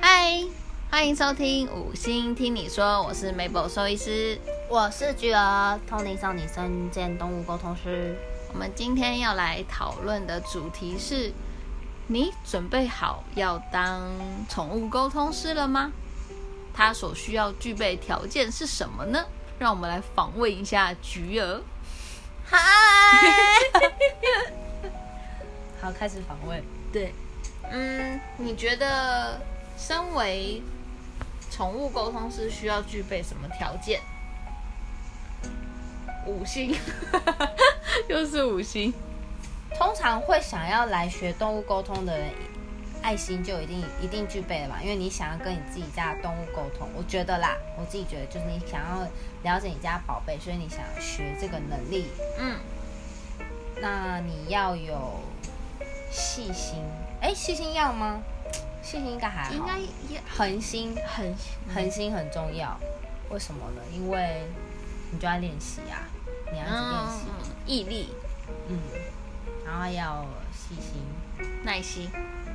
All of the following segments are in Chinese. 嗨，欢迎收听《五星听你说》，我是 Mabel 兽医师。我是菊儿，Tony 少女生兼动物沟通师。我们今天要来讨论的主题是：你准备好要当宠物沟通师了吗？他所需要具备条件是什么呢？让我们来访问一下菊儿。嗨， 好，开始访问。对，嗯，你觉得身为宠物沟通师需要具备什么条件？五星， 又是五星。通常会想要来学动物沟通的人，爱心就一定一定具备了嘛，因为你想要跟你自己家的动物沟通。我觉得啦，我自己觉得就是你想要了解你家宝贝，所以你想学这个能力，嗯，那你要有细心。哎，细心要吗？ 细心应该还好，应该也恒心很恒心很重要，为什么呢？因为你就要练习啊，你要一直嗯练习，毅力、嗯，然后要细心。耐心、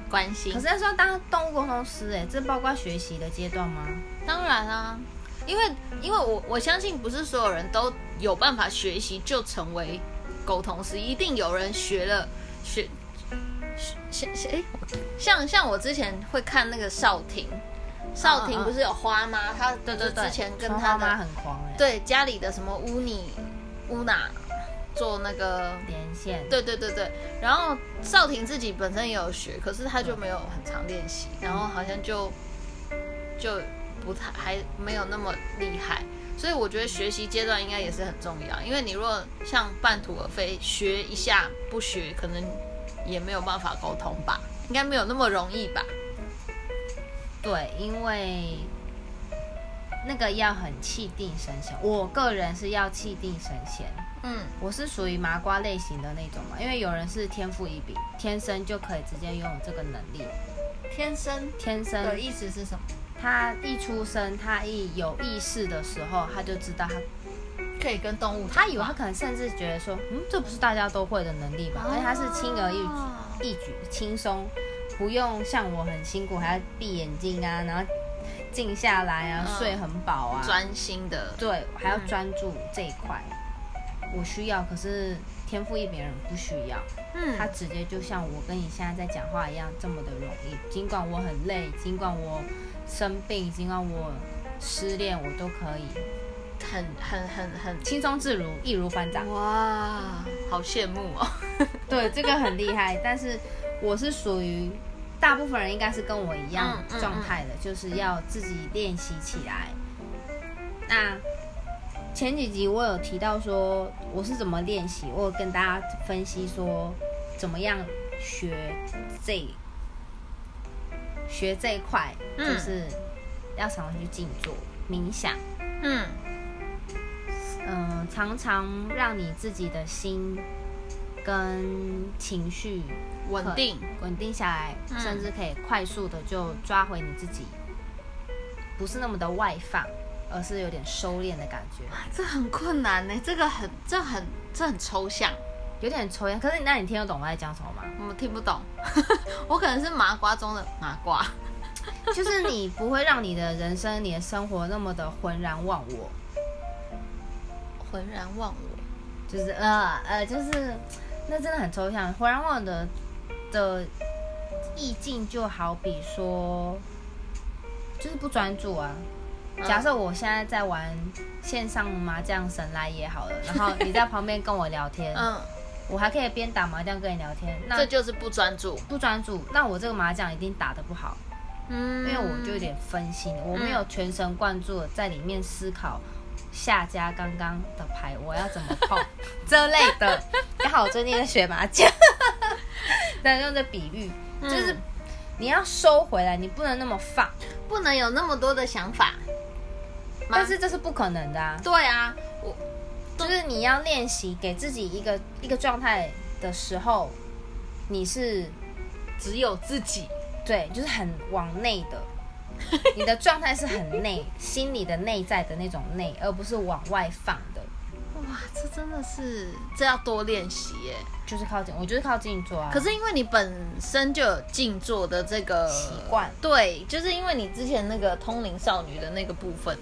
关心可。是那时候当动物沟通师、哎，这包括学习的阶段吗？当然啊，因为因为我我相信不是所有人都有办法学习就成为沟通师，一定有人学了学学学哎，像像我之前会看那个少婷，少婷嗯嗯不是有花吗？她对就对对，之前跟春她花的妈很狂哎、对家里的什么乌尼乌娜做那个连线，对对对对，然后少婷自己本身也有学，可是她就没有很常练习，然后好像就就不太还没有那么厉害，所以我觉得学习阶段应该也是很重要，因为你如果像半途而废，学一下不学，可能也没有办法沟通吧，应该没有那么容易吧？对，因为那个要很气定神闲。我个人是要气定神闲，嗯我是属于麻瓜类型的那种嘛，因为有人是天赋异禀，天生就可以直接拥有这个能力，天生天生的意思是什么？他一出生，他一有意识的时候，他就知道他，可以跟动物讲话，他以为他可能甚至觉得说，嗯，这不是大家都会的能力吧？哦而且他是轻而易举，一举轻松，不用像我很辛苦，还要闭眼睛啊，然后静下来啊，嗯睡很饱啊，专嗯心的，对，还要专注这一块。我需要，可是天赋异禀人不需要，嗯他直接就像我跟你现在在讲话一样这么的容易。尽管我很累，尽管我生病，尽管我失恋，我都可以很很很很轻松自如，易如反掌。哇，好羡慕哦。对，这个很厉害。但是我是属于大部分人应该是跟我一样嗯嗯状态的，就是要自己练习起来。那前几集我有提到说我是怎么练习，我有跟大家分析说怎么样学这学这一块，就嗯是要常常去静坐、冥想。 嗯嗯，常常让你自己的心跟情绪稳可定稳定下来，嗯甚至可以快速的就抓回你自己，不是那么的外放，而是有点收敛的感觉，这很困难呢，这个很，这很，这很抽象，有点抽烟。可是那你听得懂我在讲什么吗？我们听不懂。 我可能是麻瓜中的麻瓜，就是你不会让你的人生、你的生活那么的浑然忘我，浑然忘我。就是呃呃，就是那真的很抽象。浑然忘我的的意境就好比说，就是不专注啊。嗯假设我现在在玩线上麻将神来也好了，然后你在旁边跟我聊天，嗯，我还可以边打麻将跟你聊天，那这就是不专注。不专注，那我这个麻将一定打得不好，嗯因为我就有点分心了，我没有全神贯注地在里面思考下家刚刚的牌我要怎么碰这类的。刚好我最近在学麻将， 但用这比喻，嗯就是你要收回来，你不能那么放，不能有那么多的想法。吗但是这是不可能的啊。对啊，我就是你要练习给自己一个一个状态的时候，你是只有自己。对，就是很往内 的，你的状态是很内，心里的内在的那种内，而不是往外放的。哇，哇，这真的是这要多练习耶。就是靠近，我就是靠近做啊。可是因为你本身就有静坐的这个习惯对，就是因为你之前那个通灵少女的那个部分，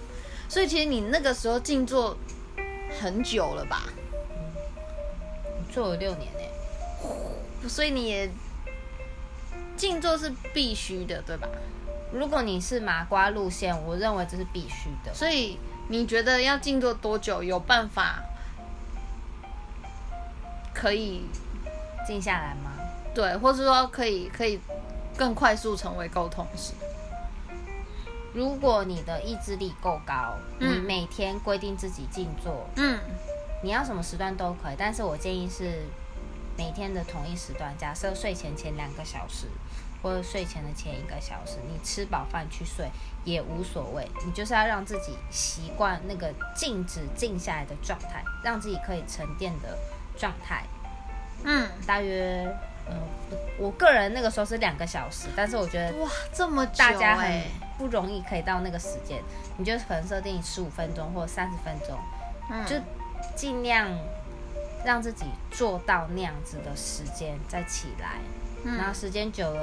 所以其实你那个时候静坐很久了吧？你做了六年呢、所以你也静坐是必须的，对吧？如果你是麻瓜路线，我认为这是必须的。所以你觉得要静坐多久有办法可以静下来吗？对，或是说可以可以更快速成为沟通师？如果你的意志力够高，嗯你每天规定自己静坐，嗯，你要什么时段都可以，但是我建议是每天的同一时段，假设睡前前两个小时，或者睡前的前一个小时，你吃饱饭去睡也无所谓，你就是要让自己习惯那个静止静下来的状态，让自己可以沉淀的状态，嗯，大约嗯，我个人那个时候是两个小时，但是我觉得哇，这么久、大家很哎，不容易可以到那个时间，你就可能设定十五分钟或三十分钟，嗯就尽量让自己做到那样子的时间再起来，嗯然后时间久了。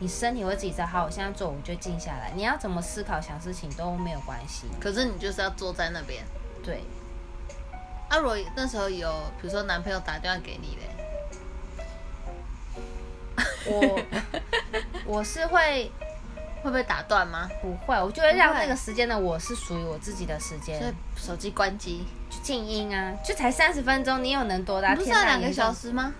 你身体会自己知道，好，我现在做，我就静下来。你要怎么思考、想事情都没有关系。可是你就是要坐在那边。对，啊，如果那时候有，比如说男朋友打电话给你嘞，我 我是会 会不会打断吗？不会，我就会让不会那个时间的我是属于我自己的时间所，以手机关机，就静音啊，就才三十分钟，你有能多大？你不是天要哪两个严重小时吗？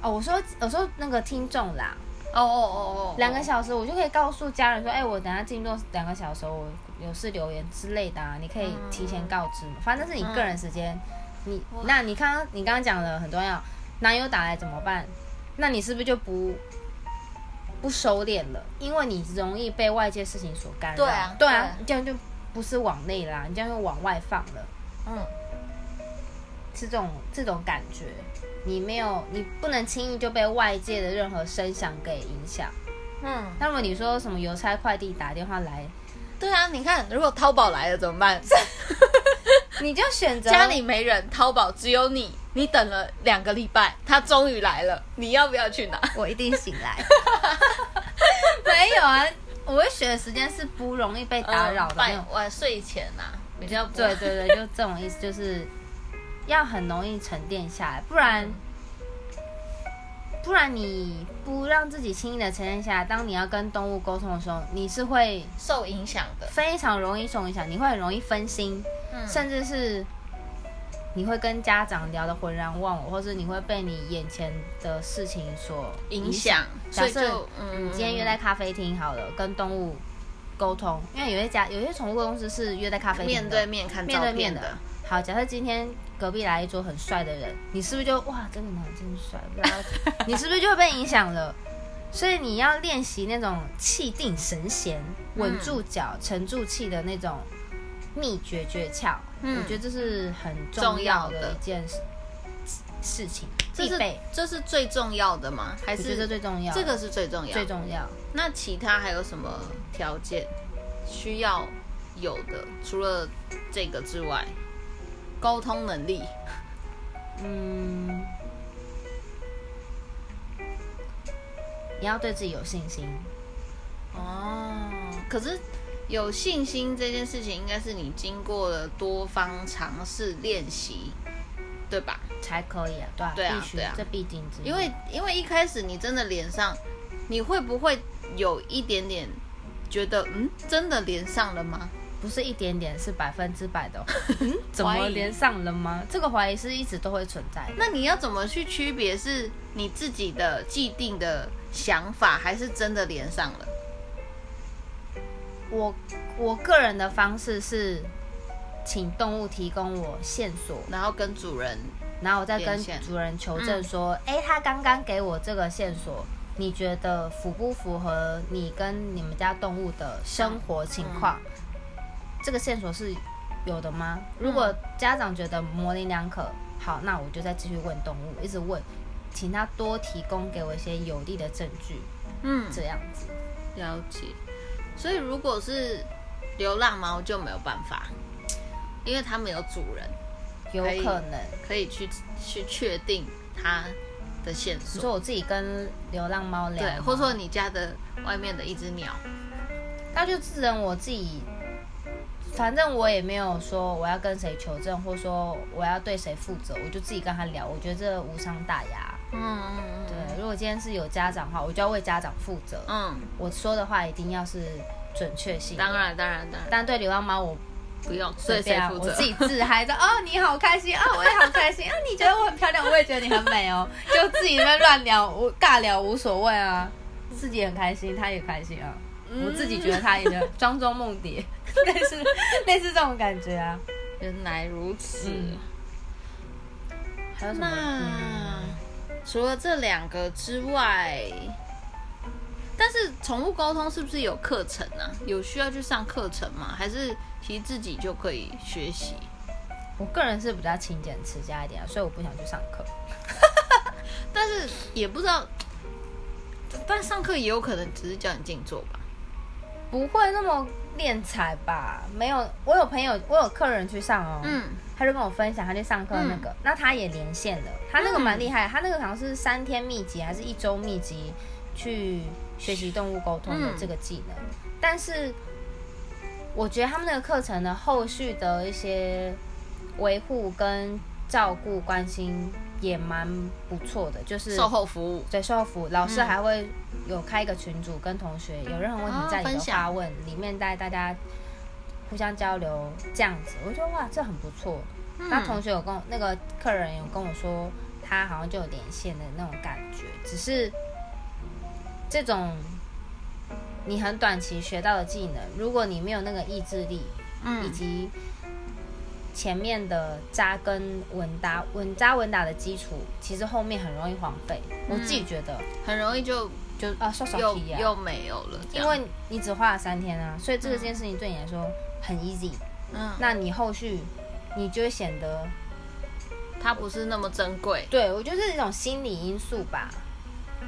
哦，我说我说那个听众啦，哦哦哦哦，两个小时我就可以告诉家人说，哎、我等下静坐两个小时，我有事留言之类的啊，你可以提前告知嘛，反正是你个人时间。你那你刚刚你刚刚讲了很重要，男友打来怎么办？那你是不是就不不收敛了？因为你容易被外界事情所干扰。对啊对啊对，你这样就不是往内啦，你这样就往外放了。嗯，是这种这种感觉，你没有，你不能轻易就被外界的任何声响给影响。嗯，那么你说什么邮差、快递打电话来，对啊，你看，如果淘宝来了怎么办？ 你就选择家里没人，淘宝只有你，你等了两个礼拜，他终于来了，你要不要去拿？我一定醒来。 没有啊，我会选的时间是不容易被打扰的那半种。晚嗯睡前呐，比较不对对对，就这种意思，就是要很容易沉淀下来，不然。不然你不让自己轻易的沉淀下来，当你要跟动物沟通的时候，你是会受影响的，非常容易受影响，你会很容易分心，嗯甚至是你会跟家长聊得浑然忘我，或是你会被你眼前的事情所影响，所假以设就嗯你今天约在咖啡厅好了，跟动物沟通，因为有些家有些宠物公司是约在咖啡厅的面对面看面对照面片的的，。好，假设今天隔壁来一桌很帅的人，你是不是就哇，这个男的真帅，不 知道你是不是就会被影响了？所以你要练习那种气定神闲、嗯稳住脚、沉住气的那种秘诀诀窍。嗯我觉得这是很重重要要的的一件事事情，这必是备。这是最重要的吗？还我觉是得这最重要，这个是最重要？最重要。那其他还有什么条件需要有的？除了这个之外，沟通能力，嗯，你要对自己有信心。哦，可是有信心这件事情，应该是你经过了多方尝试练习，对吧？才可以啊，对啊，对啊必须，对啊这必经之路。因为因为一开始你真的连上，你会不会有一点点觉得，嗯，真的连上了吗？不是一点点，是百分之百的 哦、嗯，怎么连上了吗？这个怀疑是一直都会存在的。那你要怎么去区别是你自己的既定的想法，还是真的连上了？我我个人的方式是，请动物提供我线索，然后跟主人，然后我再跟连线嗯主人求证说，哎、他刚刚给我这个线索，你觉得符不符合你跟你们家动物的生活情况？嗯这个线索是有的吗？如果家长觉得模棱两可，好，那我就再继续问动物，一直问，请他多提供给我一些有力的证据，嗯，这样子。了解。所以如果是流浪猫就没有办法，因为它没有主人。有可以可能。可以去去确定它的线你说索，我自己跟流浪猫聊吗，对，或者说你家的外面的一只鸟，那就自认我自己，反正我也没有说我要跟谁求证，或说我要对谁负责，我就自己跟他聊，我觉得这无伤大雅。嗯嗯嗯，对，如果今天是有家长的话，我就要为家长负责，嗯，我说的话一定要是准确性。当，然当然当然，但对流浪猫我不用随对谁便啊，负我责，自己自嗨的 哦，你好开心啊、我也好开心啊，你觉得我很漂亮，我也觉得你很美哦， 就自己在那边乱聊，我尬聊无所谓啊，自己很开心，他也开心啊，嗯我自己觉得他也觉得庄周梦蝶， 类 似类似这种感觉啊。原来如此。嗯还有什么？那嗯除了这两个之外，但是宠物沟通是不是有课程啊？有需要去上课程吗？还是其实自己就可以学习？我个人是比较勤俭持家一点啊，所以我不想去上课。但是也不知道，但上课也有可能只是叫你静坐吧。不会那么练财吧？没有，我有朋友，我有客人去上哦，嗯，他就跟我分享他去上课那个，那他也连线了，他那个嗯蛮厉害的，他那个好像是三天密集还是一周密集去学习动物沟通的嗯这个技能，但是我觉得他们那个课程呢，后续的一些维护跟照顾关心也蛮不错的，就是售后服务。对售后服务，老师嗯还会有开一个群组，跟同学有任何问题哦在里分头享发问，里面带大家互相交流这样子，我觉得哇，这很不错。嗯那同学有跟我那个客人有跟我说，他好像就有连线的那种感觉，只是这种你很短期学到的技能，如果你没有那个意志力，以嗯及前面的扎根稳打稳扎稳打的基础，其实后面很容易荒废。嗯我自己觉得，很容易就就啊，刷刷又题啊，又没有了，这因样为你只花了三天啊，所以这个件事情对你来说很 easy。嗯，那你后续你就会显得，它不是那么珍贵。对我觉得这是一种心理因素吧，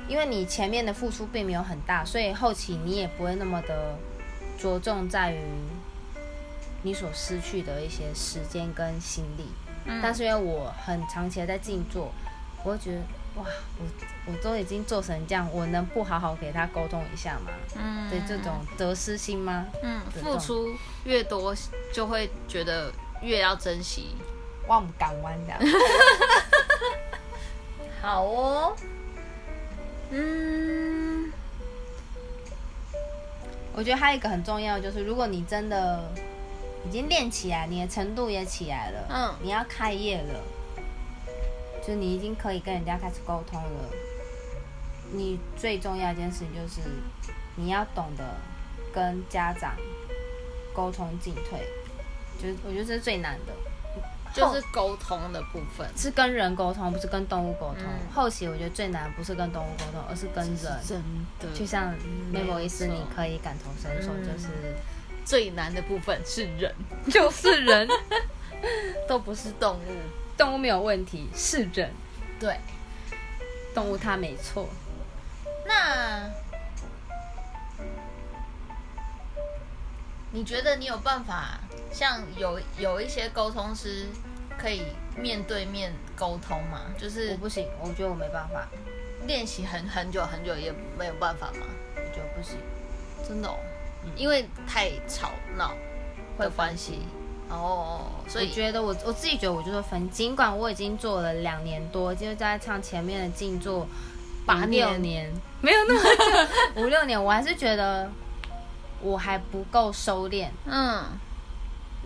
因为你前面的付出并没有很大，所以后期你也不会那么的着重在于你所失去的一些时间跟心力。嗯但是因为我很长期的在静坐，我会觉得哇，我我都已经做成这样，我能不好好给他沟通一下吗？嗯对这种得失心吗？嗯，对付出越多，就会觉得越要珍惜。哇，我们港湾的，好哦，嗯，我觉得还有一个很重要就是，如果你真的已经练起来，你的程度也起来了，嗯你要开业了，就你已经可以跟人家开始沟通了。你最重要一件事情就是，你要懂得跟家长沟通进退，就是我觉得这是最难的，就是沟通的部分，是跟人沟通，不是跟动物沟通。嗯后期我觉得最难不是跟动物沟通，而是嗯跟人。真的就像梅博医师，没你错可以感同身受，嗯就是最难的部分是人，就是人， 都不是动物。动物没有问题，是人，对，动物它没错。那你觉得你有办法像有有一些沟通师可以面对面沟通吗？就是我不行，我觉得我没办法，练习很很久很久也没有办法吗？我觉得不行，真的、哦，因为太吵闹的关系。哦，所我以觉得我我自己觉得我就是分，尽管我已经做了两年多，就是在唱前面的静坐八五六年年，没有那么 久，五六年，我还是觉得我还不够收敛。嗯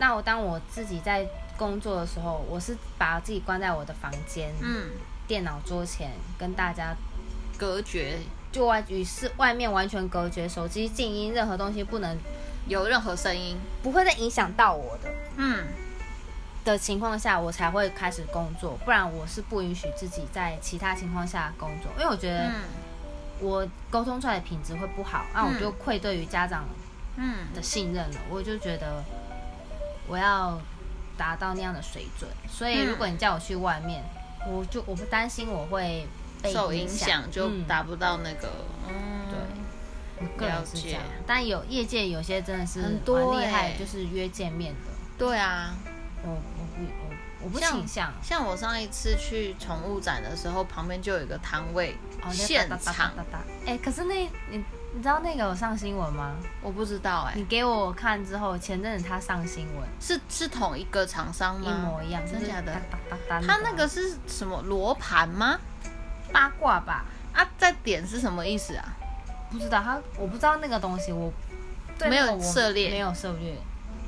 那我当我自己在工作的时候，我是把自己关在我的房间、嗯，电脑桌前，跟大家隔绝就外与世外面完全隔绝，手机静音，任何东西不能有任何声音，不会再影响到我的嗯的情况下，我才会开始工作，不然我是不允许自己在其他情况下工作，因为我觉得嗯我沟通出来的品质会不好，那我嗯就愧对于家长嗯的信任了，我就觉得我要达到那样的水准，所以如果你叫我去外面，我就我不担心我会被受影响就嗯达不到那个，嗯，对我个了人是这解样，但有业界有些真的是很多蛮厉害欸的，就是约见面的，对啊，我我不我我不倾向。啊像我上一次去宠物展的时候，旁边就有一个摊位，哦，现场。哎、可是那你你知道那个有上新闻吗？我不知道哎、你给我看之后，前阵子他上新闻，是是同一个厂商一吗？模一样，真就是假的哒？哒哒哒他那个是什么罗盘吗？八卦吧，啊，在点是什么意思啊？不知道他，我不知道那个东西，我对没有那个我涉猎没有涉猎。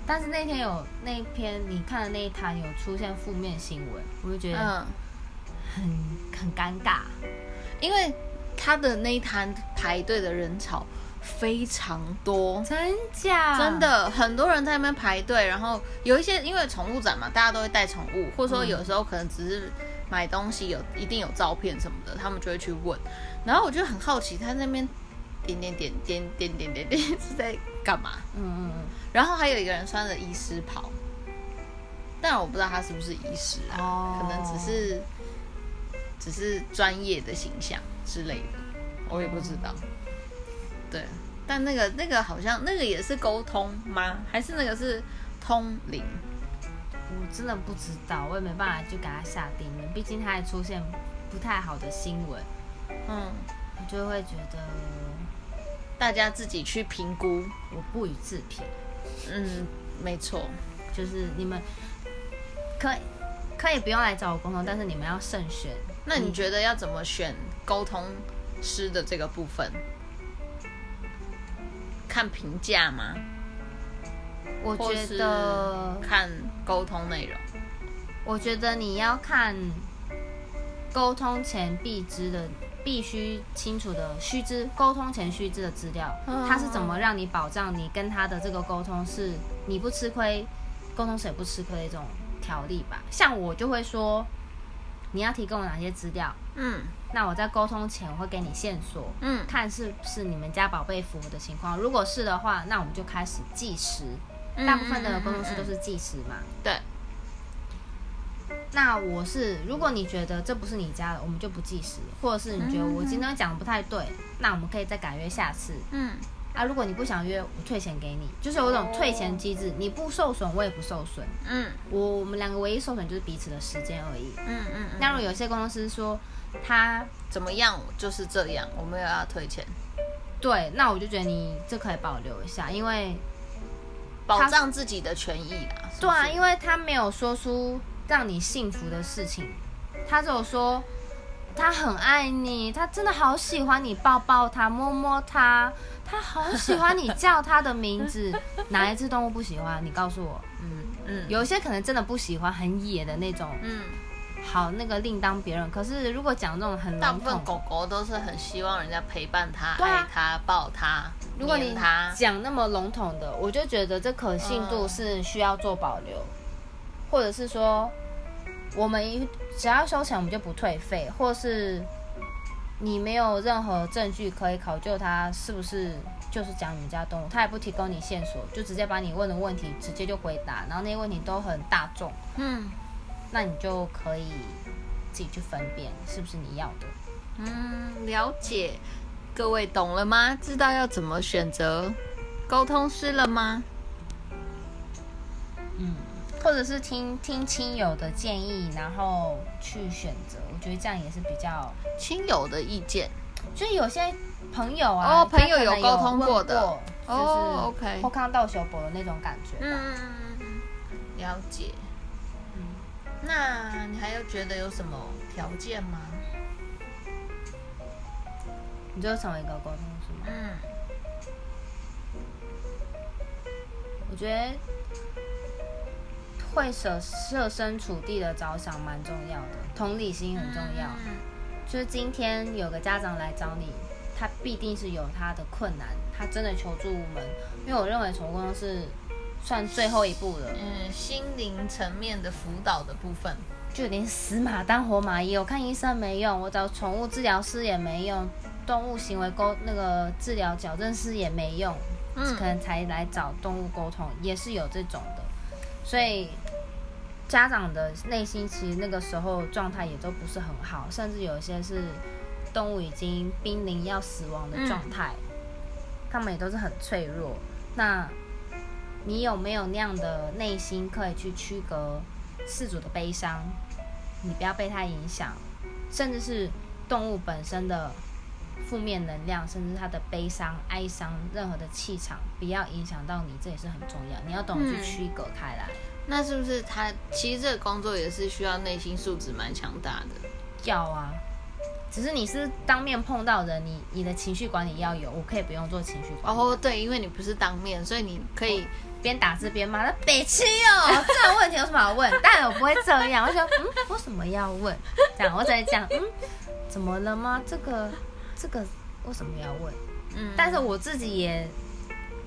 但是那天有那一篇你看的那一摊有出现负面新闻，我就觉得嗯，很、很尴尬。因为他的那一摊排队的人潮非常多，真啊假？真的很多人在那边排队，然后有一些因为宠物展嘛，大家都会带宠物，或者说嗯有时候可能只是买东西有一定有照片什么的，他们就会去问。然后我就很好奇，他那边点点点点点点点点是在干嘛？嗯嗯嗯。然后还有一个人穿着医师袍，但我不知道他是不是医师啊，哦可能只是只是专业的形象之类的，我也不知道。对，但那个那个好像那个也是沟通吗？还是那个是通灵？我真的不知道，我也没办法去给他下定论，毕竟他还出现不太好的新闻，嗯，我就会觉得大家自己去评估。我不予置评。嗯，没错，就是你们可以可以不用来找我沟通，但是你们要慎选。那你觉得要怎么选沟通师的这个部分？看评价吗？嗯我或觉是得，看沟通内容。我觉得你要看沟通前必知的。必须清楚的须知，沟通前须知的资料，嗯他是怎么让你保障你跟他的这个沟通是你不吃亏，沟通谁不吃亏的这种条例吧？像我就会说，你要提供我哪些资料，嗯那我在沟通前我会给你线索，嗯看是不是你们家宝贝符合的情况。如果是的话，那我们就开始计时。嗯大部分的工作室都是计时嘛。对，那我是，如果你觉得这不是你家的，我们就不计时，或者是你觉得我今天讲的不太对，那我们可以再改约下次。嗯啊，如果你不想约，我退钱给你，就是有一种退钱机制，你不受损，我也不受损，嗯我我们两个唯一受损就是彼此的时间而已。嗯嗯嗯，那如果有些公司说他怎么样就是这样，我们也要退钱，对，那我就觉得你这可以保留一下，因为保障自己的权益啦。是不是对啊，因为他没有说出让你幸福的事情，他只有说他很爱你，他真的好喜欢你，抱抱他，摸摸他，他好喜欢你叫他的名 字。哪一只动物不喜欢？你告诉我。嗯嗯有一些可能真的不喜欢，很野的那种，嗯，好那个另当别论。可是如果讲这种很大笼部分统，狗狗都是很希望人家陪伴它、对啊爱它、抱它，如果黏你它，讲那么笼统的，我就觉得这可信度是需要做保留，或者是说，我们一只要收钱，我们就不退费，或是你没有任何证据可以考究它是不是就是讲你们家动物，它也不提供你线索，就直接把你问的问题直接就回答，然后那些问题都很大众，嗯那你就可以自己去分辨是不是你要的。嗯，了解。各位懂了吗？知道要怎么选择沟通师了吗？嗯，或者是听听亲友的建议，然后去选择，我觉得这样也是比较。亲友的意见，就是有些朋友啊，哦朋友他可能有沟通问过的哦就是，OK 后康到修博的那种感觉。嗯嗯嗯嗯嗯，了解。嗯那你还有觉得有什么条件吗？你就成为一个沟通师吗？嗯我觉得会设设身处地的着想蛮重要的，同理心很重嗯要。就是今天有个家长来找你，他必定是有他的困难，他真的求助无门。因为我认为宠物沟通是算最后一步了。嗯，心灵层面的辅导的部分，就连死马当活马医，我看医生没用，我找宠物治疗师也没用，动物行为沟那个治疗矫正师也没用，嗯可能才来找动物沟通，也是有这种的。所以家长的内心其实那个时候状态也都不是很好，甚至有一些是动物已经濒临要死亡的状态，他们也都是很脆弱。那你有没有那样的内心可以去区隔事主的悲伤，你不要被它影响，甚至是动物本身的负面能量，甚至它的悲伤、哀伤，任何的气场，不要影响到你，这也是很重要。你要懂得去嗯区隔开来，那是不是他其实这个工作也是需要内心素质蛮强大的？要啊。只是你是当面碰到的，你你的情绪管理要有，我可以不用做情绪管理，哦，对，因为你不是当面，所以你可以边打字边骂，那北七哦，这种问题有什么好问？但我不会这样，我就想，嗯，为什么要问？这样我只会讲，嗯，怎么了吗？这个这个为什么要问？嗯，但是我自己也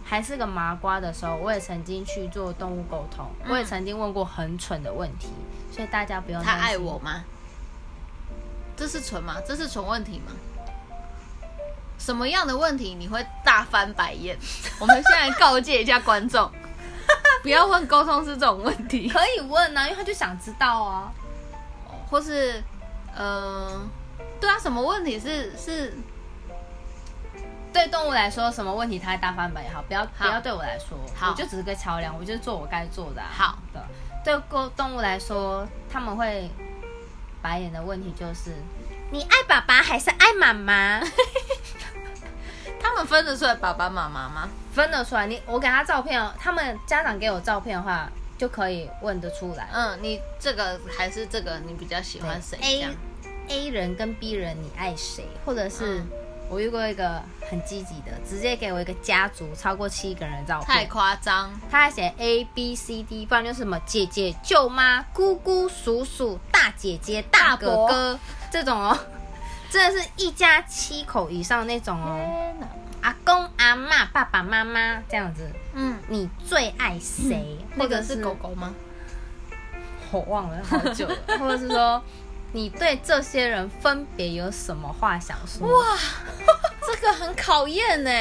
还是个麻瓜的时候，我也曾经去做动物沟通，嗯我也曾经问过很蠢的问题，所以大家不用他担心爱我。吗？这是蠢吗？这是蠢问题吗？什么样的问题你会大翻白 眼？我们现在告诫一下观 众，不要问沟通是这种问题，可以问啊，因为他就想知道啊。或是，嗯，对啊，什么问题是是对动物来说，什么问题它会大翻白眼，好，不要不要对我来说，好我就只是个桥梁，我就是做我该做的、啊。好的，对过动物来说，他们会白眼的问题就是，你爱爸爸还是爱妈妈？ 他们分得出来爸爸妈妈吗？分得出来。你我给他照片哦，他们家长给我照片的话，就可以问得出来。嗯，你这个还是这个你比较喜欢谁？这样 A A 人跟 B 人，你爱谁？或者是、嗯我遇过一个很积极的，直接给我一个家族超过七个人的照太片，夸张，他还写 A B C D，不然就是什么姐姐、舅妈、姑姑、叔叔、大姐姐、大哥哥这种哦， 真的是一家七口以上那种哦，天哪！阿公、阿妈、爸爸妈妈这样子。嗯，你最爱谁？那或个者是狗狗吗？我忘了好久了， 或者是说你对这些人分别有什么话想说？哇，哇， 这个很考验呢、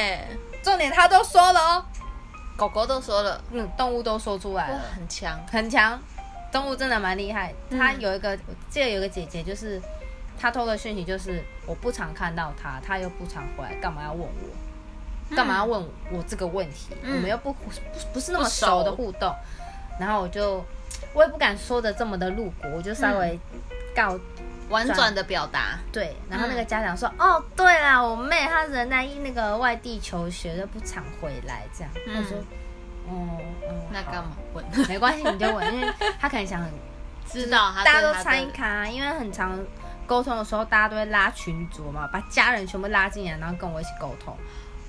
重点他都说了哦，狗狗都说了，嗯，动物都说出来哇，了，很强。很强，动物真的蛮厉害。嗯他有一个，我记得有一个姐姐，就是她偷的讯息，就是我不常看到她，她又不常回来，干嘛要问我？干嘛要问我这个问题？嗯我们又不不不是那么不熟熟的互动，然后我就我也不敢说的这么的露骨，我就嗯稍微告婉转的表达，对，然后那个家长说：“嗯哦，对啦，我妹她人在那个外地求学，就不常回来这样。嗯他说：“哦、嗯，那干嘛？嘛 问？没关系，你就问，因为她可能想很，知道他大家啊对都他参的与卡，因为很常沟通的时候，大家都会拉群组嘛，把家人全部拉进来，然后跟我一起沟通。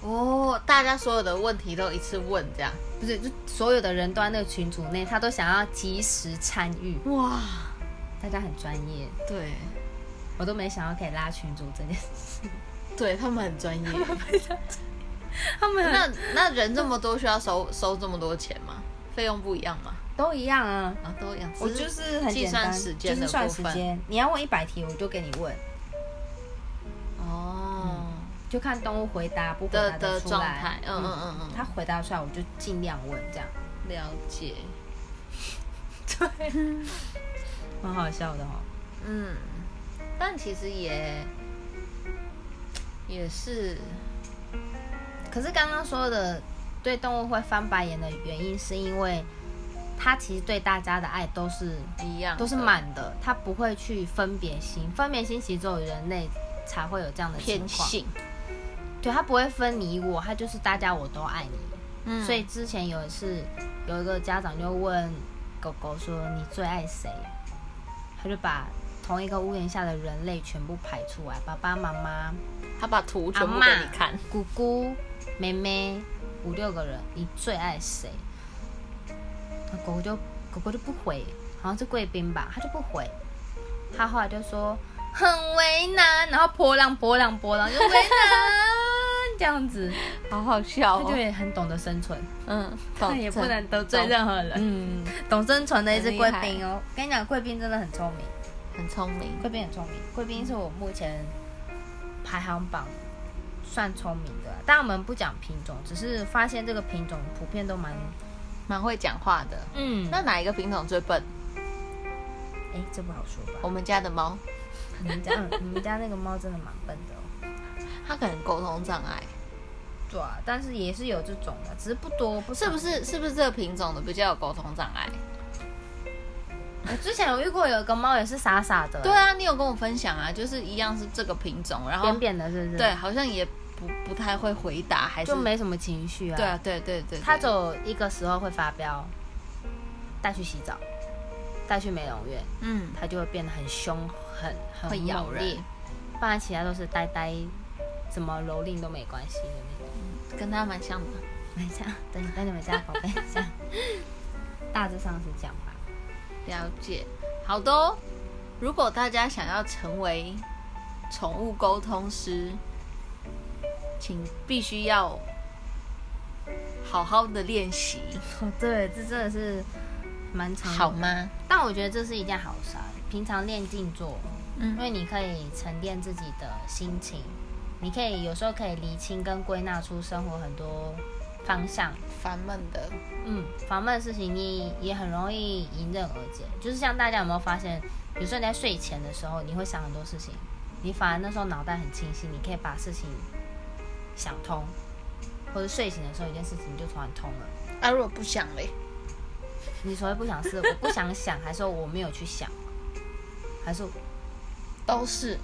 哦，大家所有的问题都一次问这样，不是，就所有的人都在那个群组内，他都想要及时参与，哇，大家很专业，对，我都没想到可以拉群组这件 事。对他们很专 业。他们那那人这么多，需要收收这么多钱吗？费用不一样吗？都一样啊。”啊，都一样。我只就是很计简算单，时间就的是算部时分。间。你要问一百题，我就给你问，哦就看动物回答不回的的答嗯得出来状态，嗯嗯嗯嗯，他回答出来，我就尽量问，这样了解。蛮好笑的哦。嗯，但其实也也是，可是刚刚说的对动物会翻白眼的原因，是因为它其实对大家的爱都是一样的，都是满的，它不会去分别心，分别心其实只有人类才会有这样的情偏况，性，对，它不会分你我，它就是大家我都爱你。嗯所以之前有一次，有一个家长就问狗狗说：“你最爱谁？”他就把同一个屋檐下的人类全部排出来，爸爸妈妈、他把图阿全部妈给你看，、姑姑、妹妹，五六个人，你最爱谁？那狗狗就狗狗就不回，好像是贵宾吧，他就不回。他后来就说很为难，然后波浪波浪波浪就为难 这样子，好好笑哦他就也很懂得生存。 嗯，但也不能得罪懂任何人。嗯，董生存的一只贵宾哦，跟你讲，贵宾真的很聪明，很聪明，贵宾很聪明，贵宾是我目前排行榜算聪明的啊。但我们不讲品种，只是发现这个品种普遍都蛮……蛮会讲话的。嗯那那哪一个品种最笨？哎，这不好说吧？我们家的猫，你们家、嗯你们家那个猫真的蛮笨的哦。它可能沟通障碍，对啊，但是也是有这种的，只是不多，不是不是？是？是不是这个品种的比较有沟通障碍？我之前有遇过有一个猫也是傻傻的，对，啊，你有跟我分享啊，就是一样是这个品种，然后扁扁的，是不是？对，，好像也不不太会回答，还是就没什么情绪啊。对啊，对对对，它对只有一个时候会发飙，带去洗澡，带去美容院，嗯它就会变得很凶，很很会咬猛人烈，，不然其他都是呆呆，怎么蹂躏都没关系的那种。跟它蛮像的。等一下，哎等等你们家的宝贝，这样大致上是这样吧。了解，好的哦、如果大家想要成为宠物沟通师，请必须要好好的练习，哦，对，这真的是蛮长的好吗？但我觉得这是一件好事啊。平常练静坐，因嗯，为你可以沉淀自己的心情，你可以有时候可以厘清跟归纳出生活很多方向。烦闷的，嗯，烦闷的事情你也很容易迎刃而解。就是像大家有没有发现，有时候你在睡前的时候，你会想很多事情，你反而那时候脑袋很清晰，你可以把事情想通，或者睡醒的时候一件事情就突然通了。啊，如果不想嘞，你所谓不想是我不想想，还是说我没有去想，还是都是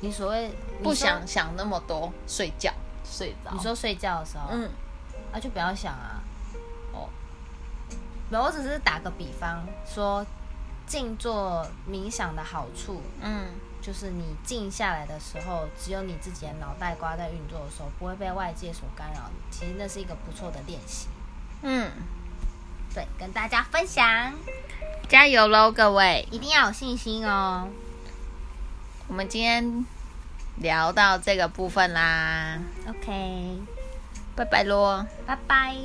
你所谓不想，想那么多，睡觉睡着。你说你说睡觉的时候，嗯，啊就不要想啊。哦，没有，我只是打个比方说，静坐冥想的好处嗯，就是你静下来的时候，只有你自己的脑袋瓜在运作的时候，不会被外界所干扰。其实那是一个不错的练习，嗯，对，跟大家分享，加油喽，各位！一定要有信心哦。我们今天聊到这个部分啦， OK，拜拜喽。拜拜。